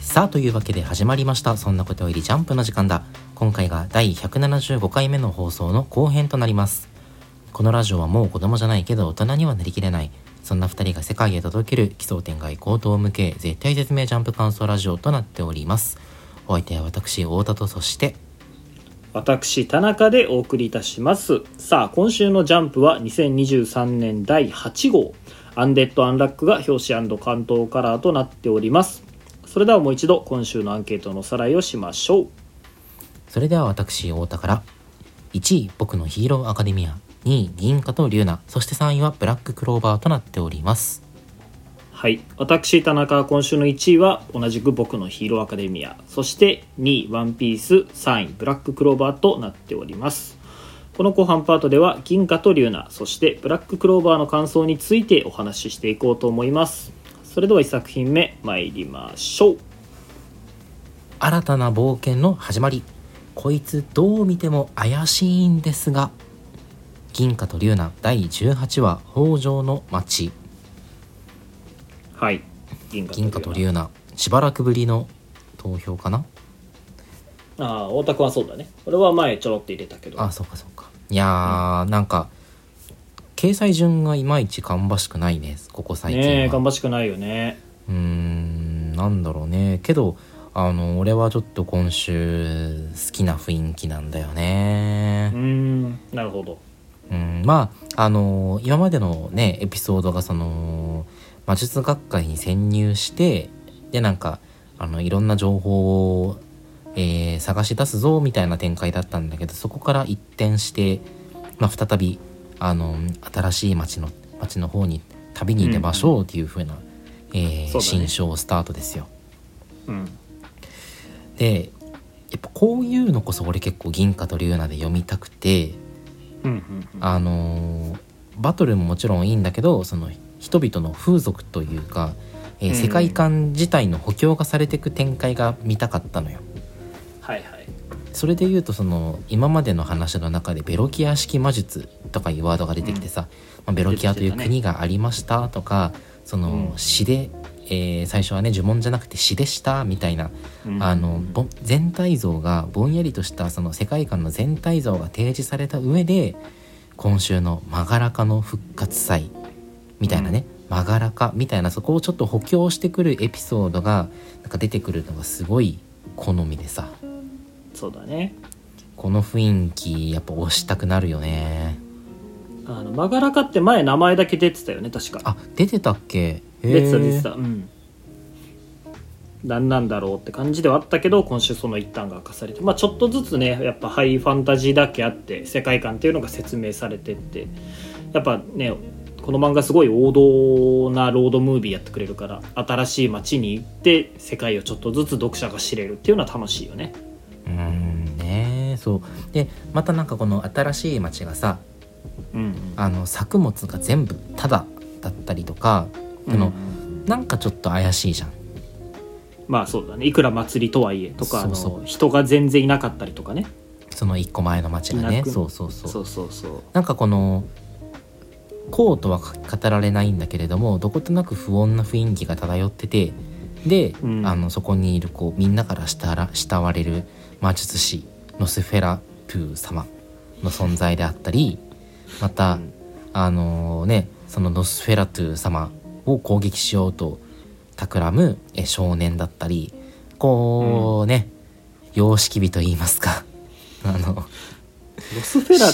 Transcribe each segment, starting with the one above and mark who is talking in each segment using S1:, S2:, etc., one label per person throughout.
S1: さあというわけで始まりました「そんなことよりジャンプ」の時間だ今回が第175回目の放送の後編となりますこのラジオはもう子供じゃないけど大人にはなりきれないそんな2人が世界へ届ける奇想天外高等無形絶対絶命ジャンプ感想ラジオとなっておりますお相手は私太田とそして
S2: 私田中でお送りいたしますさあ今週の「ジャンプ」は2023年第8号「アンデッド・アンラック」が表紙関東カラーとなっておりますそれではもう一度今週のアンケートのおさらいをしましょう
S1: それでは私太田から1位僕のヒーローアカデミア2位銀河と龍ナそして3位はブラッククローバーとなっております
S2: はい私田中今週の1位は同じく僕のヒーローアカデミアそして2位ワンピース3位ブラッククローバーとなっておりますこの後半パートでは銀河と龍ナそしてブラッククローバーの感想についてお話ししていこうと思いますそれでは1作品目参りましょう
S1: 新たな冒険の始まりこいつどう見ても怪しいんですが銀河と龍ナ第18話北条の町
S2: はい銀
S1: 銀河と
S2: ナ
S1: 龍ナしばらくぶりの投票かな
S2: ああ太田君はそうだね俺は前ちょろっと入れたけど
S1: あそうかそうかいやー、なんか掲載順がいまいち芳しくないねここ最近は
S2: ねえ頑張しくないよね
S1: うーんなんだろうねけどあの俺はちょっと今週好きな雰囲気なんだよね
S2: うーんなるほど
S1: うん、まああの今までのねエピソードがその魔術学会に潜入してでなんかあのいろんな情報を、えー探し出すぞみたいな展開だったんだけどそこから一転して、まあ、再びあの新しい町の町の方に旅に出ましょうっていう風な、えー
S2: そうだね
S1: 新章スタートですよ。
S2: うん
S1: でやっぱこういうのこそ俺結構銀貨と龍ナで読みたくて。
S2: うんうんうん
S1: あのーバトルももちろんいいんだけどその人々の風俗というか、えー
S2: うん
S1: 世界観自体の補強がされていく展開が見たかったのよ。
S2: はいはい
S1: それで言うとその今までの話の中でベロキア式魔術とかいうワードが出てきてさ、まあ、ベロキアとい
S2: 出
S1: う
S2: てきてたね
S1: 国がありましたとかその
S2: うん
S1: 詩で、えー最初はね呪文じゃなくて詩でしたみたいな
S2: うん
S1: あのぼん全体像がぼんやりとしたその世界観の全体像が提示された上で今週の「マガラカの復活祭」みたいなね「マガラカ」みたいなそこをちょっと補強してくるエピソードがなんか出てくるのがすごい好みでさ
S2: そうだね
S1: この雰囲気やっぱ押したくなるよね
S2: あのマガラカって前名前だけ出てたよね確か
S1: あ出てたっけへー
S2: 出てた出てたうん何なんだろうって感じではあったけど今週その一端が明かされてまあちょっとずつねやっぱハイファンタジーだけあって世界観っていうのが説明されてってやっぱねこの漫画すごい王道なロードムービーやってくれるから新しい街に行って世界をちょっとずつ読者が知れるっていうのは楽しいよね
S1: うーんねそうでまたなんかこの新しい街がさ
S2: うん
S1: あの作物が全部タダだったりとか
S2: うん
S1: あの、
S2: うん
S1: なんかちょっと怪しいじゃん
S2: まあそうだねいくら祭りとはいえとかあの
S1: そうそう
S2: 人が全然いなかったりとかね
S1: その一個前の町が
S2: い
S1: ね
S2: なく
S1: そうそうそう
S2: そうそうそう
S1: なんかこのこうとは語られないんだけれどもどことなく不穏な雰囲気が漂っててで、
S2: うん
S1: あのそこにいるこうみんなから慕ら慕われる魔術師ノスフェラトゥ様の存在であったりまた、
S2: うん
S1: あのねそのノスフェラトゥ様を攻撃しようと企むえ少年だったりこうね、様式美と言いますか あの
S2: ロスフェラ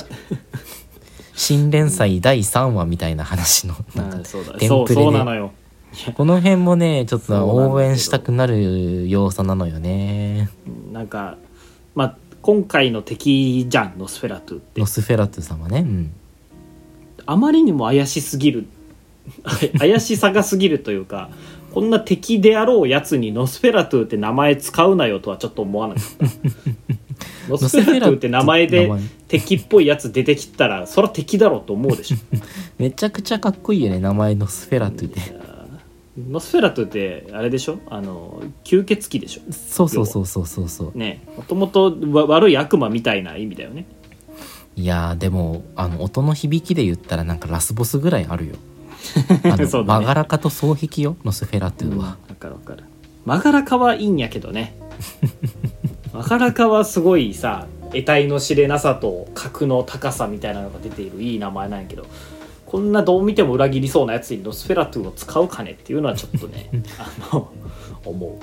S1: 新連載第3話みたいな話のなんか
S2: うんそうだ
S1: テンプレで
S2: そうそうなのよ
S1: この辺もねちょっ
S2: そうなん
S1: と
S2: ですよ
S1: 応援したくなる要素なのよね
S2: うんなんかまあ今回の敵じゃんノスフェラトゥって
S1: ノスフェラトゥ様ね、うん、
S2: あまりにも怪しすぎる 怪しさがすぎるというかこんな敵であろうやつにノスフェラトゥって名前使うなよとはちょっと思わな かったノスフェラトゥって名前で
S1: ノスフェラトゥって名前
S2: 敵っぽいやつ出てきたらそら敵だろうと思うでしょ
S1: めちゃくちゃかっこいいよね名前ノスフェラトゥって
S2: ノスフェラトゥってあれでしょあの吸血鬼でしょ
S1: そうそうそうそうそうそう
S2: ねもともと悪い悪魔みたいな意味だよね
S1: いやーでもあの音の響きで言ったらなんかラスボス ぐらいあるよあの、
S2: そうだね
S1: マガラカと双璧よノスフェラトゥは、
S2: わかるわかるマガラカはいいんやけどねマガラカはすごいさ得体の知れなさと格の高さみたいなのが出ているいい名前なんやけどこんなどう見ても裏切りそうなやつにロスフェラトゥを使うかねっていうのはちょっとねあの思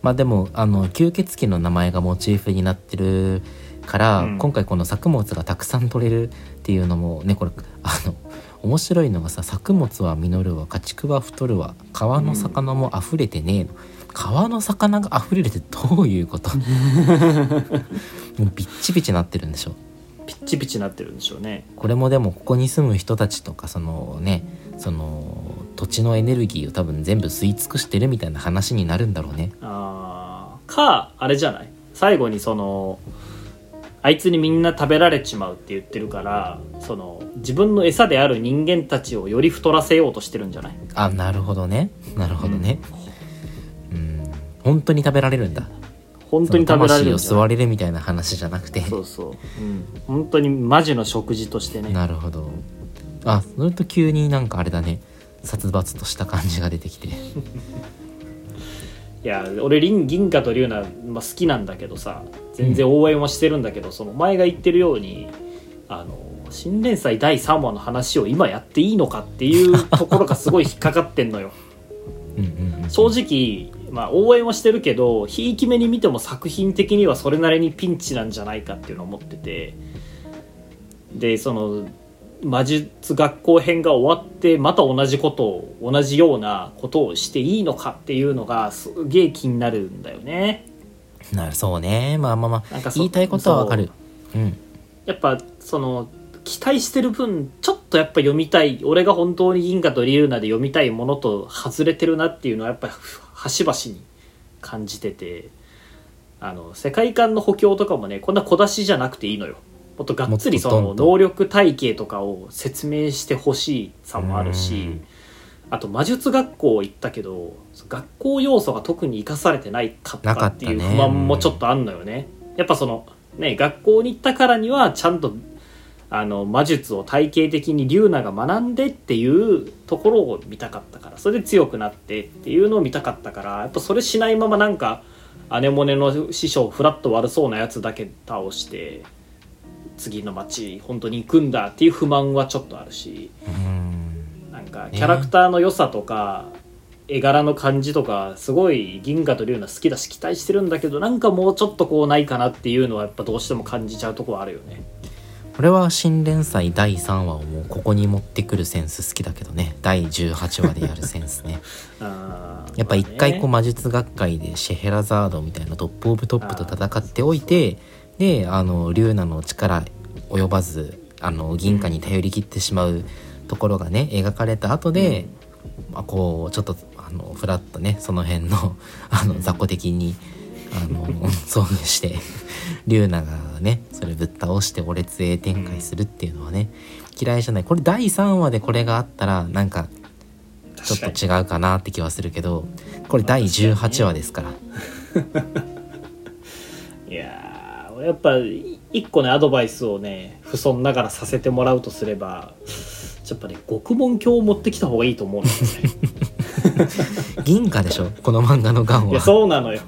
S1: まあでもあの吸血鬼の名前がモチーフになってるから、
S2: うん
S1: 今回この作物がたくさん取れるっていうのもねこれあの 面白いのがさ作物は実るわ家畜は太るわ川の魚も溢れてねえの、川の魚が溢れるってどういうこと もうビッチビチなってるんでしょ
S2: うピッチピチなってるんでしょうね
S1: これもでもここに住む人たちとかそのねその土地のエネルギーを多分全部吸い尽くしてるみたいな話になるんだろうね
S2: あーかあれじゃない最後にそのあいつにみんな食べられちまうって言ってるからその自分の餌である人間たちをより太らせようとしてるんじゃない
S1: あなるほどねなるほどねうん、本当に食べられるんだ
S2: 本当に食べられるん
S1: その魂を吸
S2: じゃな
S1: わ
S2: い
S1: れるみたいな話じゃなくて
S2: そうそう、うん、本当にマジの食事としてね
S1: なるほどあそれと急になんかあれだね殺伐とした感じが出てきて
S2: いや俺銀銀貨と龍ナまあ、好きなんだけどさ全然応援はしてるんだけど、その前が言ってるようにあの新連載第3話の話を今やっていいのかっていうところがすごい引っかかってんのよ
S1: うんうんうん
S2: 正直、まあ、応援はしてるけどひいき目に見ても作品的にはそれなりにピンチなんじゃないかっていうのを思っててでその魔術学校編が終わってまた同じことを同じようなことをしていいのかっていうのがすげえ気になるんだよね。
S1: なるそうねまあまあま
S2: なん
S1: あ
S2: かそ
S1: 言いたいことはわかるうん
S2: やっぱその期待してる分ちょっとやっぱ読みたい俺が本当に銀河とリューナで読みたいものと外れてるなっていうのはやっぱり端々に感じててあの世界観の補強とかもねこんな小出しじゃなくていいのよもっとがっつりそ
S1: もっ
S2: の
S1: とどんどん
S2: 能力体系とかを説明してほしいさもある
S1: う
S2: し
S1: ん
S2: あと魔術学校行ったけど学校要素が特に生かされてないかった
S1: なか
S2: か
S1: っ
S2: ったて
S1: ね
S2: いう不満もちょっとあんのよね。やっぱそのね学校に行ったからにはちゃんとあの魔術を体系的に龍ナが学んでっていうところを見たかったからそれで強くなってっていうのを見たかったからやっぱそれしないままなんかアネモネの師匠フラッと悪そうなやつだけ倒して次の町本当に行くんだっていう不満はちょっとあるし
S1: うん
S2: なんかキャラクターの良さとか、絵柄の感じとかすごい銀河と龍ナ好きだし期待してるんだけどなんかもうちょっとこうないかなっていうのはやっぱどうしても感じちゃうとこはあるよね。
S1: これは新連載第3話をもうここに持ってくるセンス好きだけどね第18話でやるセンスね
S2: あー
S1: やっぱ一回こう
S2: まあね
S1: 魔術学会でシェヘラザードみたいなトップオブトップと戦っておいてであの龍ナの力及ばずあの銀貨に頼り切ってしまうところがね描かれた後で、まあ、こうちょっとあのフラッとねその辺のあの雑魚的にあの遭遇して龍ナがねそれぶっ倒してお列へ展開するっていうのはね嫌いじゃないこれ第3話でこれがあったらなんかちょ
S2: 確か
S1: っ
S2: に
S1: と違うかなって気はするけどこれ第18話ですから
S2: いやーやっぱ一個ねアドバイスをね不損ながらさせてもらうとすればやっぱね獄門鏡を持ってきた方がいいと思 うんですね。
S1: 銀貨でしょ この漫画のガン
S2: いや
S1: は
S2: そうなのよ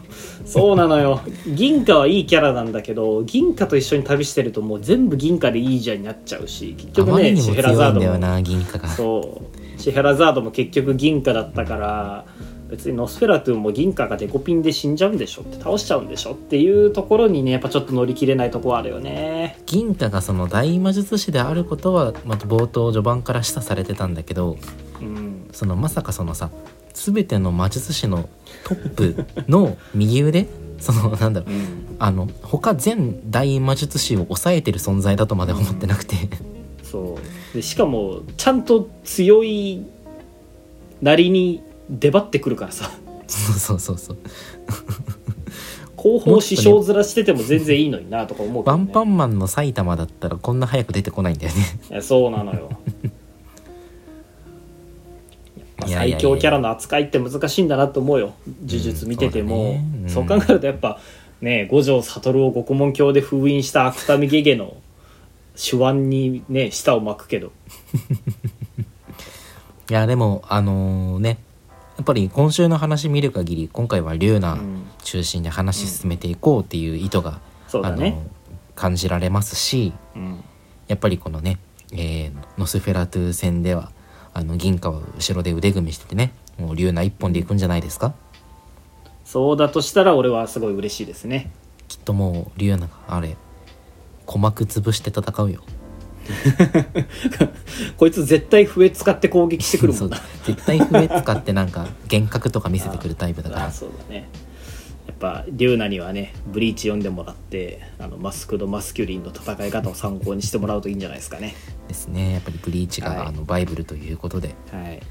S2: そうなのよ銀貨はいいキャラなんだけど銀貨と一緒に旅してるともう全部銀貨でいいじゃんになっちゃうし結
S1: あ
S2: 局
S1: まり
S2: ね
S1: に
S2: シ
S1: も
S2: ェヘラ
S1: 強い
S2: ザー
S1: ん
S2: ド
S1: だよ
S2: も
S1: な銀貨が
S2: そうシェヘラザードも結局銀貨だったから別にノスフェラトゥも銀貨がデコピンで死んじゃうんでしょって倒しちゃうんでしょっていうところにねやっぱちょっと乗り切れないとこはあるよね
S1: 銀貨がその大魔術師であることは、まあ、冒頭序盤から示唆されてたんだけど
S2: うん
S1: そのまさかそのさ全ての魔術師のトップの右腕 そのなんだろうあの他全大魔術師を抑えてる存在だとまでは思ってなくて
S2: そうでしかもちゃんと強いなりに出張ってくるからさ
S1: そうそうそうそう
S2: 後方支障ずらしてても全然いいのになとか思うけ
S1: ワ
S2: ど、
S1: ン
S2: ね、
S1: パンマンの埼玉だったらこんな早く出てこないんだよね
S2: いやそうな のよやっぱ最強キャラの扱いって難しいんだなと思うよ呪術見てても、
S1: うん
S2: そ
S1: そううだねうん
S2: 考えるとやっぱね五条悟を獄門鏡で封印した芥見ゲゲの手腕にね舌を巻くけど
S1: いやでもあのねっぱり今週の話見る限り今回は龍
S2: う
S1: ナ
S2: ん、
S1: 中心で話進めていこうっていう意図が、
S2: そう
S1: あ
S2: だね
S1: の感じられますし
S2: うん
S1: やっぱりこのね、えーノスフェラトゥ戦ではあの銀貨は後ろで腕組みしててねもう龍ナ一本で行くんじゃないですか
S2: そうだとしたら俺はすごい嬉しいですね
S1: きっともう龍ナがあれ鼓膜潰して戦うよ
S2: こいつ絶対笛使って攻撃してくるもんな
S1: そう絶対笛使ってなんか幻覚とか見せてくるタイプだか
S2: あ
S1: ら
S2: そうだねやっぱリュウナにはねブリーチ読んでもらってあのマスクドマスキュリンの戦い方を参考にしてもらうといいんじゃないですかね
S1: ですねやっぱりブリーチが、
S2: はい
S1: あのバイブルということで
S2: はい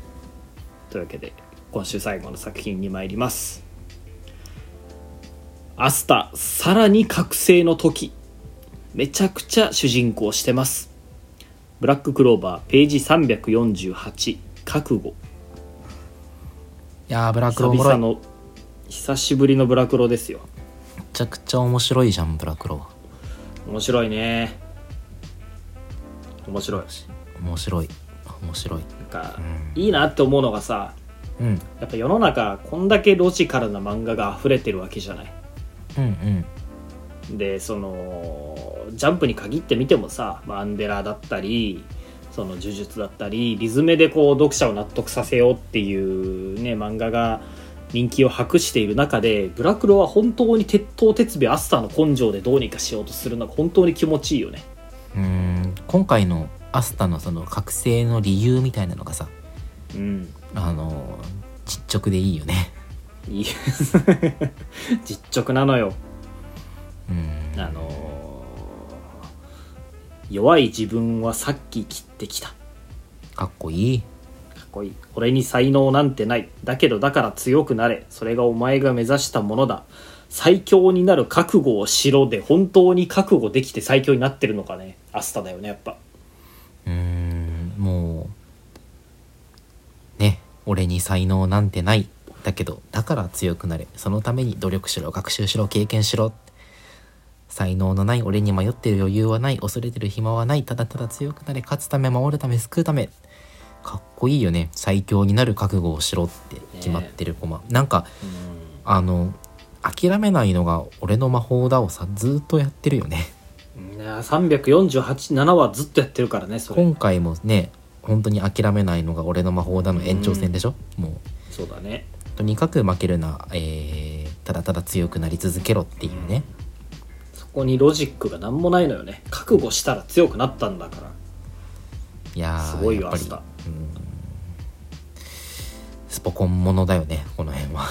S2: というわけで今週最後の作品に参りますアスタさらに覚醒の時めちゃくちゃ主人公してますブラッククローバーページ348覚悟
S1: いやーブラクロお
S2: 久
S1: もろ
S2: 々
S1: いめ
S2: の久しぶりのブラクロですよ
S1: ちゃくちゃ面白いじゃんブラクロ
S2: 面白いね面白い
S1: 面白い面白い
S2: なんか
S1: うん
S2: いいなって思うのがさ
S1: うんうん
S2: やっぱ世の中こんだけロジカルな漫画が溢れてるわけじゃない
S1: うん
S2: でそのジャンプに限って見てもさまあアンデラだったりその呪術だったりリズムでこう読者を納得させようっていうね漫画が人気を博している中でブラクロは本当に鉄頭鉄尾アスターの根性でどうにかしようとするのが本当に気持ちいいよね
S1: うーん今回のアスタのその覚醒の理由みたいなのがさ
S2: うん
S1: あの実直でいいよね
S2: いい実直なのよ
S1: うん
S2: あのー弱い自分はさっき切ってきたか
S1: かっこいい
S2: っこいい俺に才能なんてないだけどだから強くなれそれがお前が目指したものだ最強になる覚悟をしろで本当に覚悟できて最強になってるのかねアスタだよねやっぱ
S1: うーんもうね俺に才能なんてないだけどだから強くなれそのために努力しろ学習しろ経験しろ才能のない俺に迷ってる余裕はない恐れてる暇はないただただ強くなれ勝つため守るため救うためかっこいいよね最強になる覚悟をしろって決まってるコマ、なんかあの諦めないのが俺の魔法だをさずっとやってるよね
S2: うん3487話ずっとやってるからねそれ
S1: 今回もね本当に諦めないのが俺の魔法だの延長戦でしょ、もう
S2: そうだね
S1: とにかく負けるな、えーただただ強くなり続けろっていうね
S2: そこにロジックが何もないのよね覚悟したら強くなったんだから
S1: いやー
S2: すごいよ
S1: やっぱり
S2: 明日
S1: うんスポコンものだよねこの辺は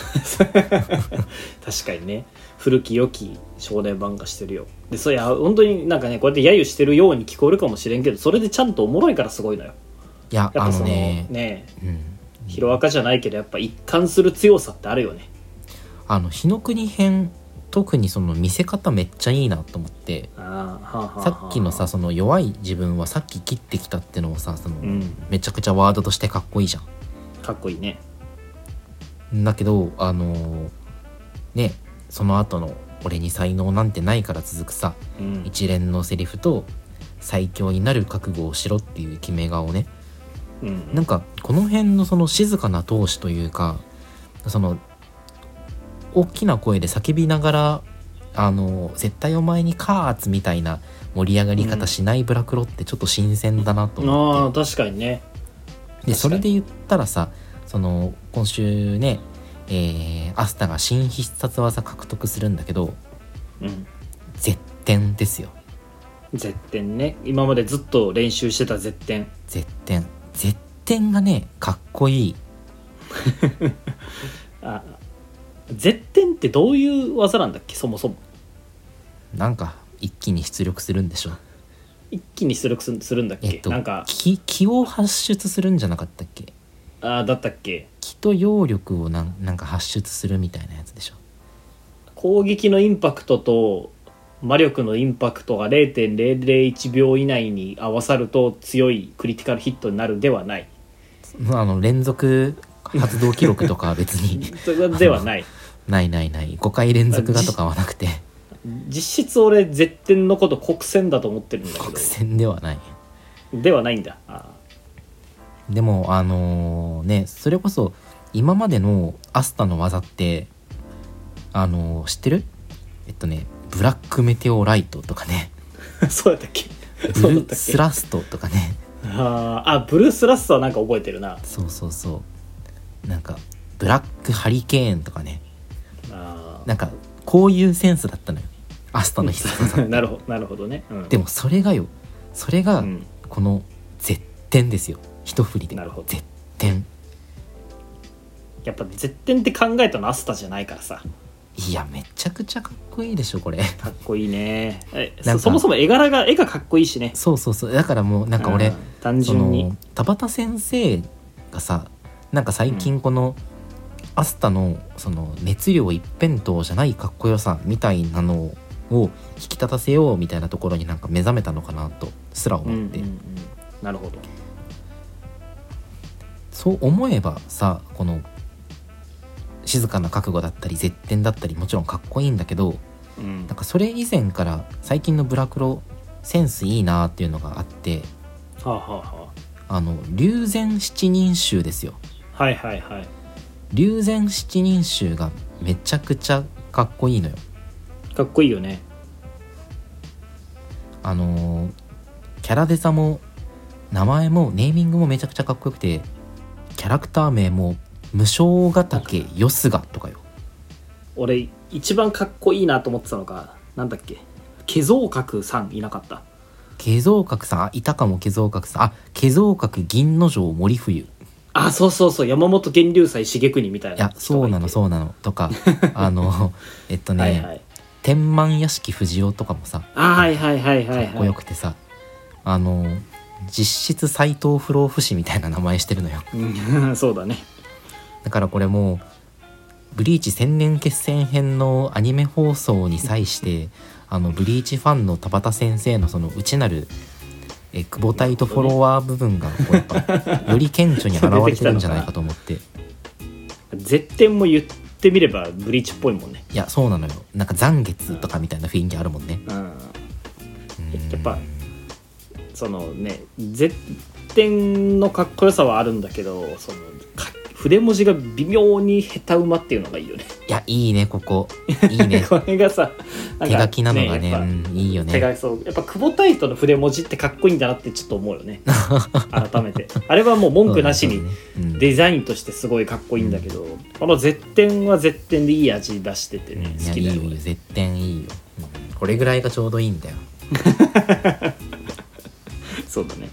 S2: 確かにね古き良き少年漫画してるよでそりゃ本当になんかねこうやって揶揄してるように聞こえるかもしれんけどそれでちゃんとおもろいからすごいのよ
S1: いや
S2: や
S1: あ
S2: っぱ
S1: の
S2: その
S1: ね
S2: ね
S1: うん、
S2: ヒロアカじゃないけどやっぱ一貫する強さってあるよね
S1: あの日の国編特にその見せ方めっちゃいいなと思って
S2: あーはあはあはあ
S1: さっきのさその弱い自分はさっき切ってきたってのをさその、
S2: うん
S1: めちゃくちゃワードとしてかっこいいじゃん
S2: かっこいいね
S1: だけどあのーねその後の「俺に才能なんてないから」続くさ
S2: うん
S1: 一連のセリフと「最強になる覚悟をしろ」っていう決め顔ね
S2: うん
S1: なんかこの辺のその静かな闘志というかその大きな声で叫びながら「あのー絶対お前にカーツ」みたいな盛り上がり方しないブラクロってちょっと新鮮だなと思って。
S2: あー確かにね
S1: で
S2: 確かに
S1: それで言ったらさその今週ね、えーアスタが新必殺技獲得するんだけど
S2: うん
S1: 絶点ですよ
S2: 絶点ね今までずっと練習してた絶点
S1: 絶点絶点がねかっこいい
S2: あ絶点ってどういう技なんだっけそもそも
S1: なんか一気に出力するんでしょ
S2: 一気に出力すするんだっけ、
S1: えっと
S2: なんか
S1: 気気を発出するんじゃなかったっけ
S2: ああだったっけ
S1: 気と揚力をなんなんか発出するみたいなやつでしょ
S2: 攻撃のインパクトと魔力のインパクトが0.001秒以内に合わさると強いクリティカルヒットになるではない
S1: あの連続発動記録とかは別 に
S2: それではない
S1: ないないない5回連続がとかはなく て
S2: 実質俺絶点のこと国戦だと思ってるんだけ
S1: 国戦ではない
S2: どではないんだあ
S1: でもあのねそれこそ今までのアスタの技ってあの知ってるえっとねブラックメテオライトとかね
S2: そうやったっけ
S1: ブ
S2: そうだ
S1: ル
S2: ったっ
S1: ス
S2: けあ
S1: ラストとかね
S2: ーあブルース・ラッサーなんか覚えてるな
S1: そうそうそうなんかブラックハリケーンとかね
S2: あ
S1: なんかこういうセンスだったのよアスタの必殺技
S2: ーなるほどなるほどね、う ん、
S1: でもそれがよそれ
S2: う
S1: が
S2: ん、
S1: この絶点ですよ一振りで
S2: なるほど
S1: 絶点
S2: やっぱ絶点って考えたのアスタじゃないからさ
S1: いやめちゃくちゃかっこいいでしょこれ
S2: かっこいいねえ
S1: なんか
S2: そそもそも絵柄が絵がかっこいいしね
S1: そうそうそうだからもうなんか
S2: う
S1: 俺
S2: ん単
S1: そ
S2: 純に
S1: の田畑先生がさなんか最
S2: う
S1: 近この、アスタのその熱量一辺倒じゃないかっこよさみたいなのを引き立たせようみたいなところになんか目覚めたのかなとすら
S2: うんうんう
S1: 思って、
S2: ん、なるほど
S1: そう思えばさこの静かな覚悟だったり絶点だったりもちろんかっこいいんだけど
S2: うん
S1: なんかそれ以前から最近のブラクロセンスいいなっていうのがあって
S2: はあ、はあは
S1: あの龍禅七人衆ですよ
S2: あ、はいはいはい
S1: 龍禅七人衆がめちゃくちゃかっこいいのよ
S2: かっこいいよね
S1: あのーキャラデザも名前もネーミングもめちゃくちゃかっこよくてキャラクター名も無償ヶ岳よすがとかよ
S2: 俺一番かっこいいなと思ってたのがなんだっけ化蔵閣さんいなかった
S1: 毛蔵角さんあいたかも毛蔵角さんあ毛蔵角銀之丞森冬い
S2: あそうそうそう山本源流斎茂国みたいな
S1: やそうなの
S2: う
S1: そうなの とかあのえっとね、
S2: はいはい
S1: 天満屋敷藤尾とかもさ
S2: あはいはいはいはい
S1: かっこ
S2: は
S1: よ
S2: い
S1: くてさ、あの実質斎藤不老不死みたいな名前してるのよ
S2: うん そうだね
S1: だからこれもうブリーチ千年決戦編のアニメ放送に際してあのブリーチファンの田畑先生のその内なるえ久保隊とフォロワー部分がこうやっぱ より顕著に現れてるんじゃないかと思ってい
S2: 絶点も言ってみればブリーチっぽいもんね
S1: やそうなのよなんか残月とかみたいな雰囲気あるもんね
S2: うん
S1: うん
S2: やっぱそのね絶点のかっこよさはあるんだけどそのか筆文字が微妙に下手馬っていうのがいいよね
S1: いやいいねここいいね
S2: これがさ なん
S1: 手
S2: か
S1: 書きなのがね
S2: やっぱ
S1: うんいいよね
S2: 手がそうやっぱ久保タイトの筆文字ってかっこいいんだなってちょっと思うよね改めてあれはもう文句な しに
S1: うん
S2: デザインとしてすごいかっこいいんだけど、この絶点は絶点でいい味出してて
S1: うん
S2: ね
S1: い
S2: 好
S1: やい
S2: き
S1: い
S2: だ
S1: よ
S2: よ
S1: いいよ
S2: ね
S1: 絶対いいよ、うんこれぐらいがちょうどいいんだよ
S2: そうだね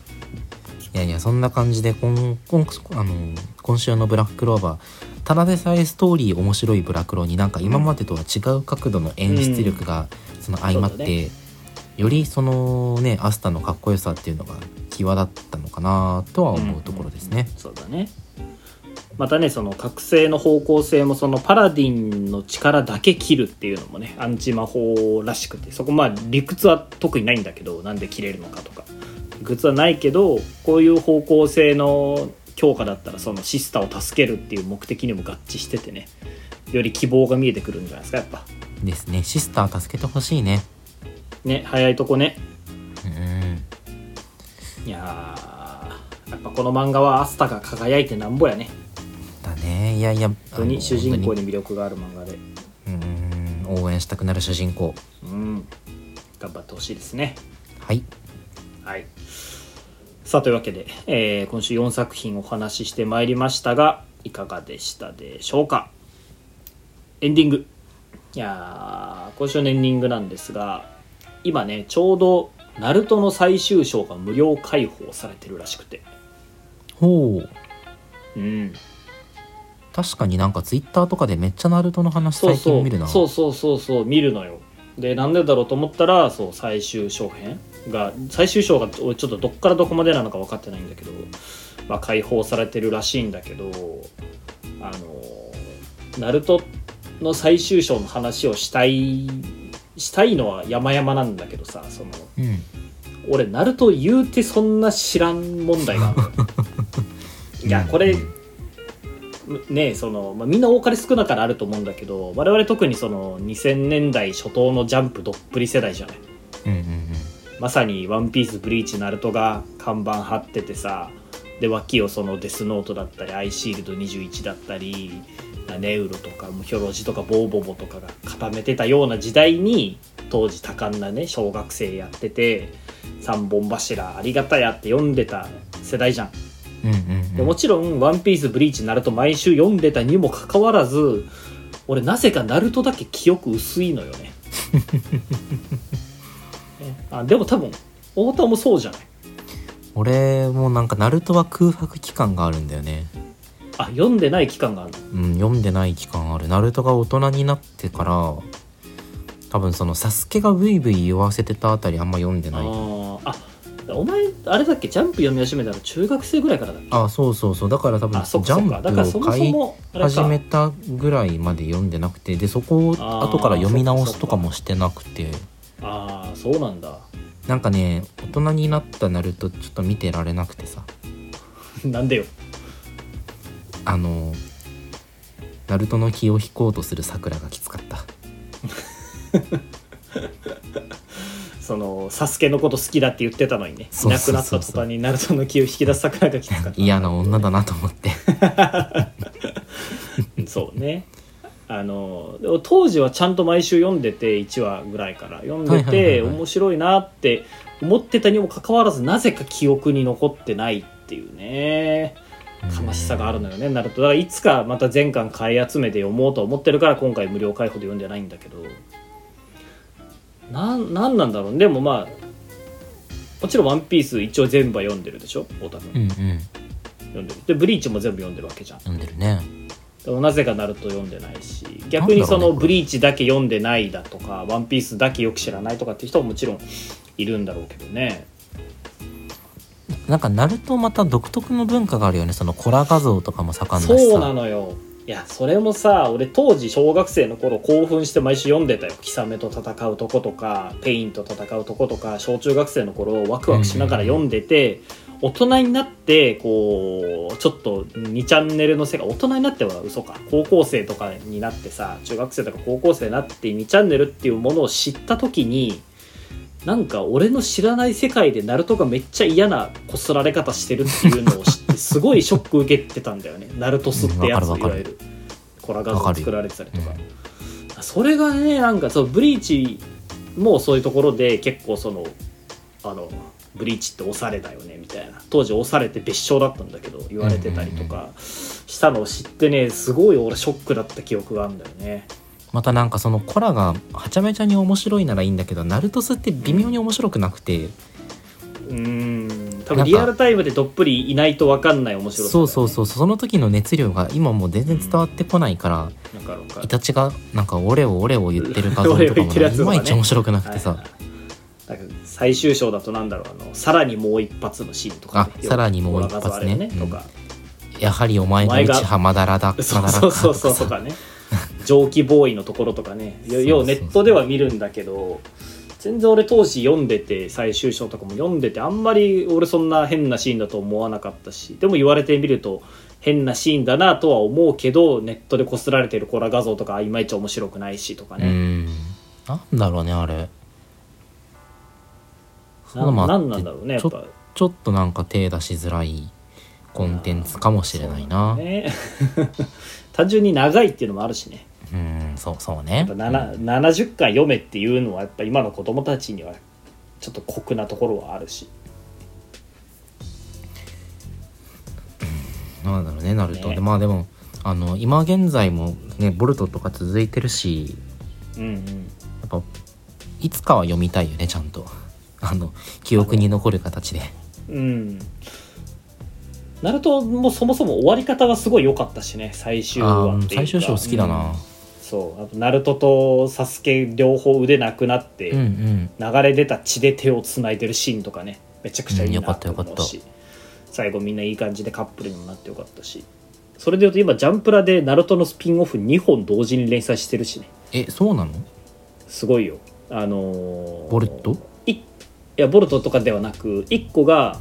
S1: いやいやそんな感じで今今あの今週の「ブラッククローバー」ただでさえストーリー面白い「ブラクロ」になんか今までとは違う角度の演出力がその相まっ
S2: そうだ
S1: て、よりそのねアスタのかっこよさっていうのが際立ったのかなとは思うところですね。
S2: そうだねまたねその覚醒の方向性もそのパラディンの力だけ切るっていうのもねアンチ魔法らしくてそこまあ理屈は特にないんだけどなんで切れるのかとか理屈はないけどこういう方向性の強化だったらそのシスターを助けるっていう目的にも合致しててねより希望が見えてくるんじゃないですかやっぱ
S1: ですねシスター助けてほしいね。
S2: ね早いとこね
S1: うん
S2: いやーやっぱこの漫画はアスタが輝いてなんぼやね
S1: だねいやいや本
S2: 本当に主人公に魅力がある漫画で
S1: 本当にうん応援したくなる主人公。
S2: うん、頑張ってほしいですね。
S1: はい
S2: はい。さあというわけで、えー今週4作品お話ししてまいりましたが、いかがでしたでしょうか。エンディング。いやー、今週のエンディングなんですが、今ね、ちょうど、ナルトの最終章が無料開放されてるらしくて。
S1: ほう
S2: うん。
S1: 確かになんかツイッターとかでめっちゃナルトの話
S2: そう
S1: 最
S2: そ
S1: 近
S2: う
S1: 見るな
S2: そうそうそうそう見るのよでなんでだろうと思ったらそう最終章編が最終章が俺ちょっとどっからどこまでなのか分かってないんだけど、まあ、解放されてるらしいんだけどあのナルトの最終章の話をしたいしたいのは山々なんだけどさその
S1: うん
S2: 俺ナルト言うてそんな知らん問題があるいやこれねその、まあ、みんな多かれ少なかれあると思うんだけど我々特にその2000年代初頭のジャンプどっぷり世代じゃない
S1: うんうんうん
S2: まさに「ワンピースブリーチナルトが看板張っててさで脇をそのデスノートだったりアイシールド21だったりネウロとかムヒョロジとかボーボボとかが固めてたような時代に当時多感なね小学生やってて三本柱ありがたやって読んでた世代じゃん。
S1: うんうん
S2: でもちろん「ワンピースブリーチナルト毎週読んでたにもかかわらず俺なぜかナルトだけ記憶薄いのよ ねねあでも多分太田もそうじゃない
S1: 俺もなんかナルトは空白期間があるんだよね
S2: あ読んでない期間がある
S1: うん読んでない期間あるナルトが大人になってから多分そのサスケがブイブイ言わせてたあたりあんま読んでない
S2: のあーあお前あれだっけジャンプ読み始めたの中学生ぐらいからだっけ
S1: あそうそうそうだから多分
S2: あ
S1: ジ
S2: そっかそっかだから
S1: ャ
S2: そ
S1: ンプ
S2: も
S1: を
S2: そ
S1: 買い
S2: もあれか
S1: 始めたぐらいまで読んでなくてでそこを
S2: あー
S1: 後から読み直すとか
S2: そ
S1: もしてなくて
S2: ああそうなんだ
S1: なんかね大人になったナルトちょっと見てられなくてさ
S2: なんでよ
S1: あのナルトの気を引こうとする桜がきつかった
S2: そのサスケのこと好きだって言ってたのにねい
S1: そう
S2: な
S1: そう
S2: くな
S1: そう
S2: っ
S1: そ
S2: た
S1: う
S2: 途端にナルトの気を引き出す桜が来たから
S1: 嫌な女だなと思って
S2: そうねあのでも当時はちゃんと毎週読んでて1話ぐらいから読んでて、
S1: はいはいはいはい
S2: 面白いなって思ってたにもかかわらずなぜか記憶に残ってないっていうね悲しさがあるのよねなるとだからいつかまた全巻買い集めて読もうと思ってるから今回無料開放で読んでないんだけどなんなんなんだろうでもまあもちろん「ワンピース一応全部は読んでるでしょ太田
S1: うんう
S2: 君
S1: ん
S2: 読んでるで「ブリーチ」も全部読んでるわけじゃん
S1: 読んでるね
S2: でもなぜかナルト読んでないし逆にそ
S1: なんだろうね
S2: の「
S1: これ
S2: ブリーチ」だけ読んでないだとか「ワンピース」だけよく知らないとかっていう人ももちろんいるんだろうけどね
S1: なんかナルトまた独特の文化があるよねそのコラ画像とかも盛んだしさ
S2: そうなのよいやそれもさ俺当時小学生の頃興奮して毎週読んでたよ「キサメと戦うとことか「ペインと戦うとことか小中学生の頃ワクワクしながら読んでて、大人になってこうちょっと2チャンネルの世界大人になっては嘘か高校生とかになってさ中学生とか高校生になって2チャンネルっていうものを知った時になんか俺の知らない世界でナルトがめっちゃ嫌なこすられ方してるっていうの を知ってすごいショック受けてたんだよねナルトスってやつ、
S1: うんわ
S2: い
S1: かるわかる
S2: わゆるコラ画
S1: わか
S2: 像
S1: るよ
S2: 作られてたりとか
S1: うん、
S2: それがねなんかそうブリーチもそういうところで結構そのあのブリーチって押されだよねみたいな当時押されて別称だったんだけど言われてたりとかしたのを知ってねすごい俺ショックだった記憶があるんだよね
S1: またなんかそのコラがはちゃめちゃに面白いならいいんだけどナルトスって微妙に面白くなくて
S2: うーん
S1: な
S2: 多分
S1: んか
S2: リアルタイムでどっぷりいないと分かんない面白さだよね
S1: そうそうそうその時の熱量が今もう全然伝わってこないから
S2: なんかなんか
S1: イタチがなんか「オレオオレオ」言ってる画像と
S2: オレ
S1: か
S2: オ言
S1: も
S2: ってるや
S1: ね
S2: つ
S1: い
S2: とか
S1: ま
S2: ね
S1: いち面白くなく
S2: は
S1: て
S2: い
S1: さ
S2: なんか最終章だとなんだろうあのさらにもう一発のシーンとかね、
S1: あさらにもう一発ね
S2: コラ画像あれね
S1: うん
S2: とか
S1: 「やはりお前が
S2: お前
S1: 内
S2: が
S1: 葉まだらだ」
S2: そ
S1: まだ
S2: う
S1: ら
S2: そ
S1: か
S2: うそうそうとかね蒸気ボーイのところとか ね
S1: そうそうそう
S2: ようネットでは見るんだけど全然俺当時読んでて最終章とかも読んでてあんまり俺そんな変なシーンだと思わなかったしでも言われてみると変なシーンだなとは思うけどネットでこすられてるコラ画像とかいまいち面白くないしとか
S1: う
S2: ね、
S1: んなんだろうねあれそういうの
S2: な
S1: もあ
S2: な
S1: って
S2: んなんだろうねやっぱ
S1: ちょっとなんか手出しづらいコンテンツかもしれないな
S2: そうね単純に長いっていうのもあるしね
S1: うんそうそうね
S2: やっぱ7 70回読めっていうのはやっぱ今の子供たちにはちょっと酷なところはあるし
S1: なんだろうねなると、
S2: ね
S1: でまあでもあの今現在もねボルトとか続いてるし
S2: うんうん
S1: やっぱいつかは読みたいよねちゃんとあの記憶に残る形で
S2: うんナルトもそもそも終わり方がすごい良かったしね最終
S1: あ
S2: 話
S1: あ
S2: っていうか
S1: 最終章好きだ
S2: うん
S1: な、
S2: そうあとナルトとサスケ両方腕なくなって、
S1: うん、うん
S2: 流れ出た血で手をつないでるシーンとかねめちゃくちゃいい
S1: うんよ
S2: な
S1: かっ
S2: と
S1: たよかった
S2: 思うし、最後みんないい感じでカップルにもなってよかったしそれでいうと今ジャンプラでナルトのスピンオフ2本同時に連載してるしね
S1: えそうなの
S2: すごいよあのー
S1: ボルト
S2: いいやボルトとかではなく1個が、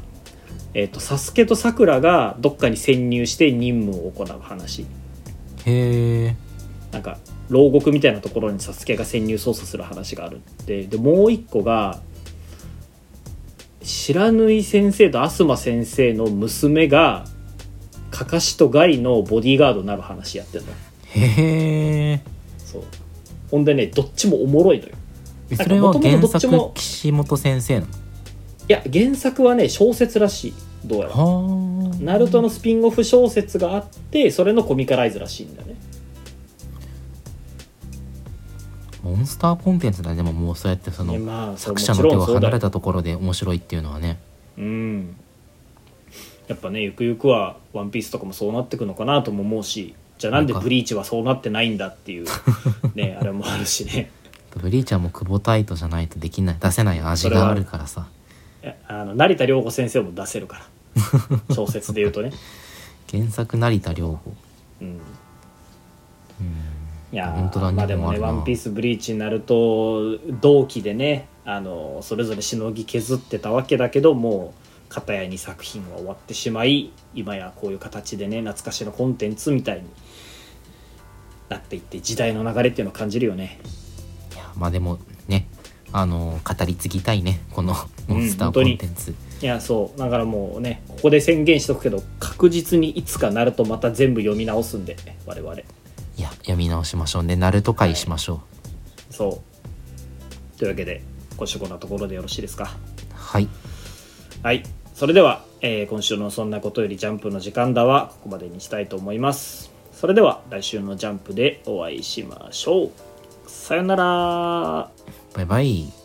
S2: えっとサスケとさくらがどっかに潜入して任務を行う話
S1: へえ
S2: なんか牢獄みたいなところにサスケが潜入捜査する話があるってでもう一個が白縫い先生とアスマ先生の娘がカカシとガイのボディーガードになる話やってんの
S1: へ
S2: そうほんでねどっちもおもろいのよ
S1: え
S2: なんか
S1: それは
S2: 元々
S1: 原
S2: どっちも
S1: 作岸本先生ない
S2: や原作はね小説らしいどうやら
S1: のはあ
S2: ナルトのスピンオフ小説があってそれのコミカライズらしいんだね
S1: モンスターコンテンツだねでももうそうやってその
S2: ねまあそれ
S1: 作者の
S2: もち
S1: 手
S2: ろん
S1: を
S2: そう
S1: 離
S2: だ
S1: れ
S2: よ
S1: たところで面白いっていうのはね
S2: うんやっぱねゆくゆくは「ワンピースとかもそうなってくのかなとも思うしじゃあなんで「
S1: なんか
S2: ブリーチ」はそうなってないんだっていう ねあれもあるしね
S1: ブリーチャーも久保タイトじゃないとできない出せない味があるからさ
S2: いやあの成田涼子先生も出せるから小説で言うとね、
S1: 原作成田良吾
S2: うん、
S1: うん
S2: いやー
S1: 本当だ
S2: まあでもね「
S1: 日本あ
S2: ワ
S1: るな
S2: ンピースブリーチになると同期でねあのそれぞれしのぎ削ってたわけだけどもう片やに作品は終わってしまい今やこういう形でね懐かしのコンテンツみたいになっていって時代の流れっていうのを感じるよね
S1: いやまあでもねあのー語り継ぎたいねこの
S2: うん
S1: モンスター
S2: 本
S1: コ
S2: 当に
S1: ンテンツ、
S2: いやそうだからもうねここで宣言しとくけど確実にいつかなるとまた全部読み直すんで我々
S1: いや読み直しましょうねナルト会しましょ
S2: そうというわけで今週こんなところでよろしいですか
S1: うはい
S2: はい。それでは、えー今週の「そんなことよりジャンプ」の時間だはここまでにしたいと思います。それでは来週のジャンプでお会いしましょう。さよなら。
S1: バイバイ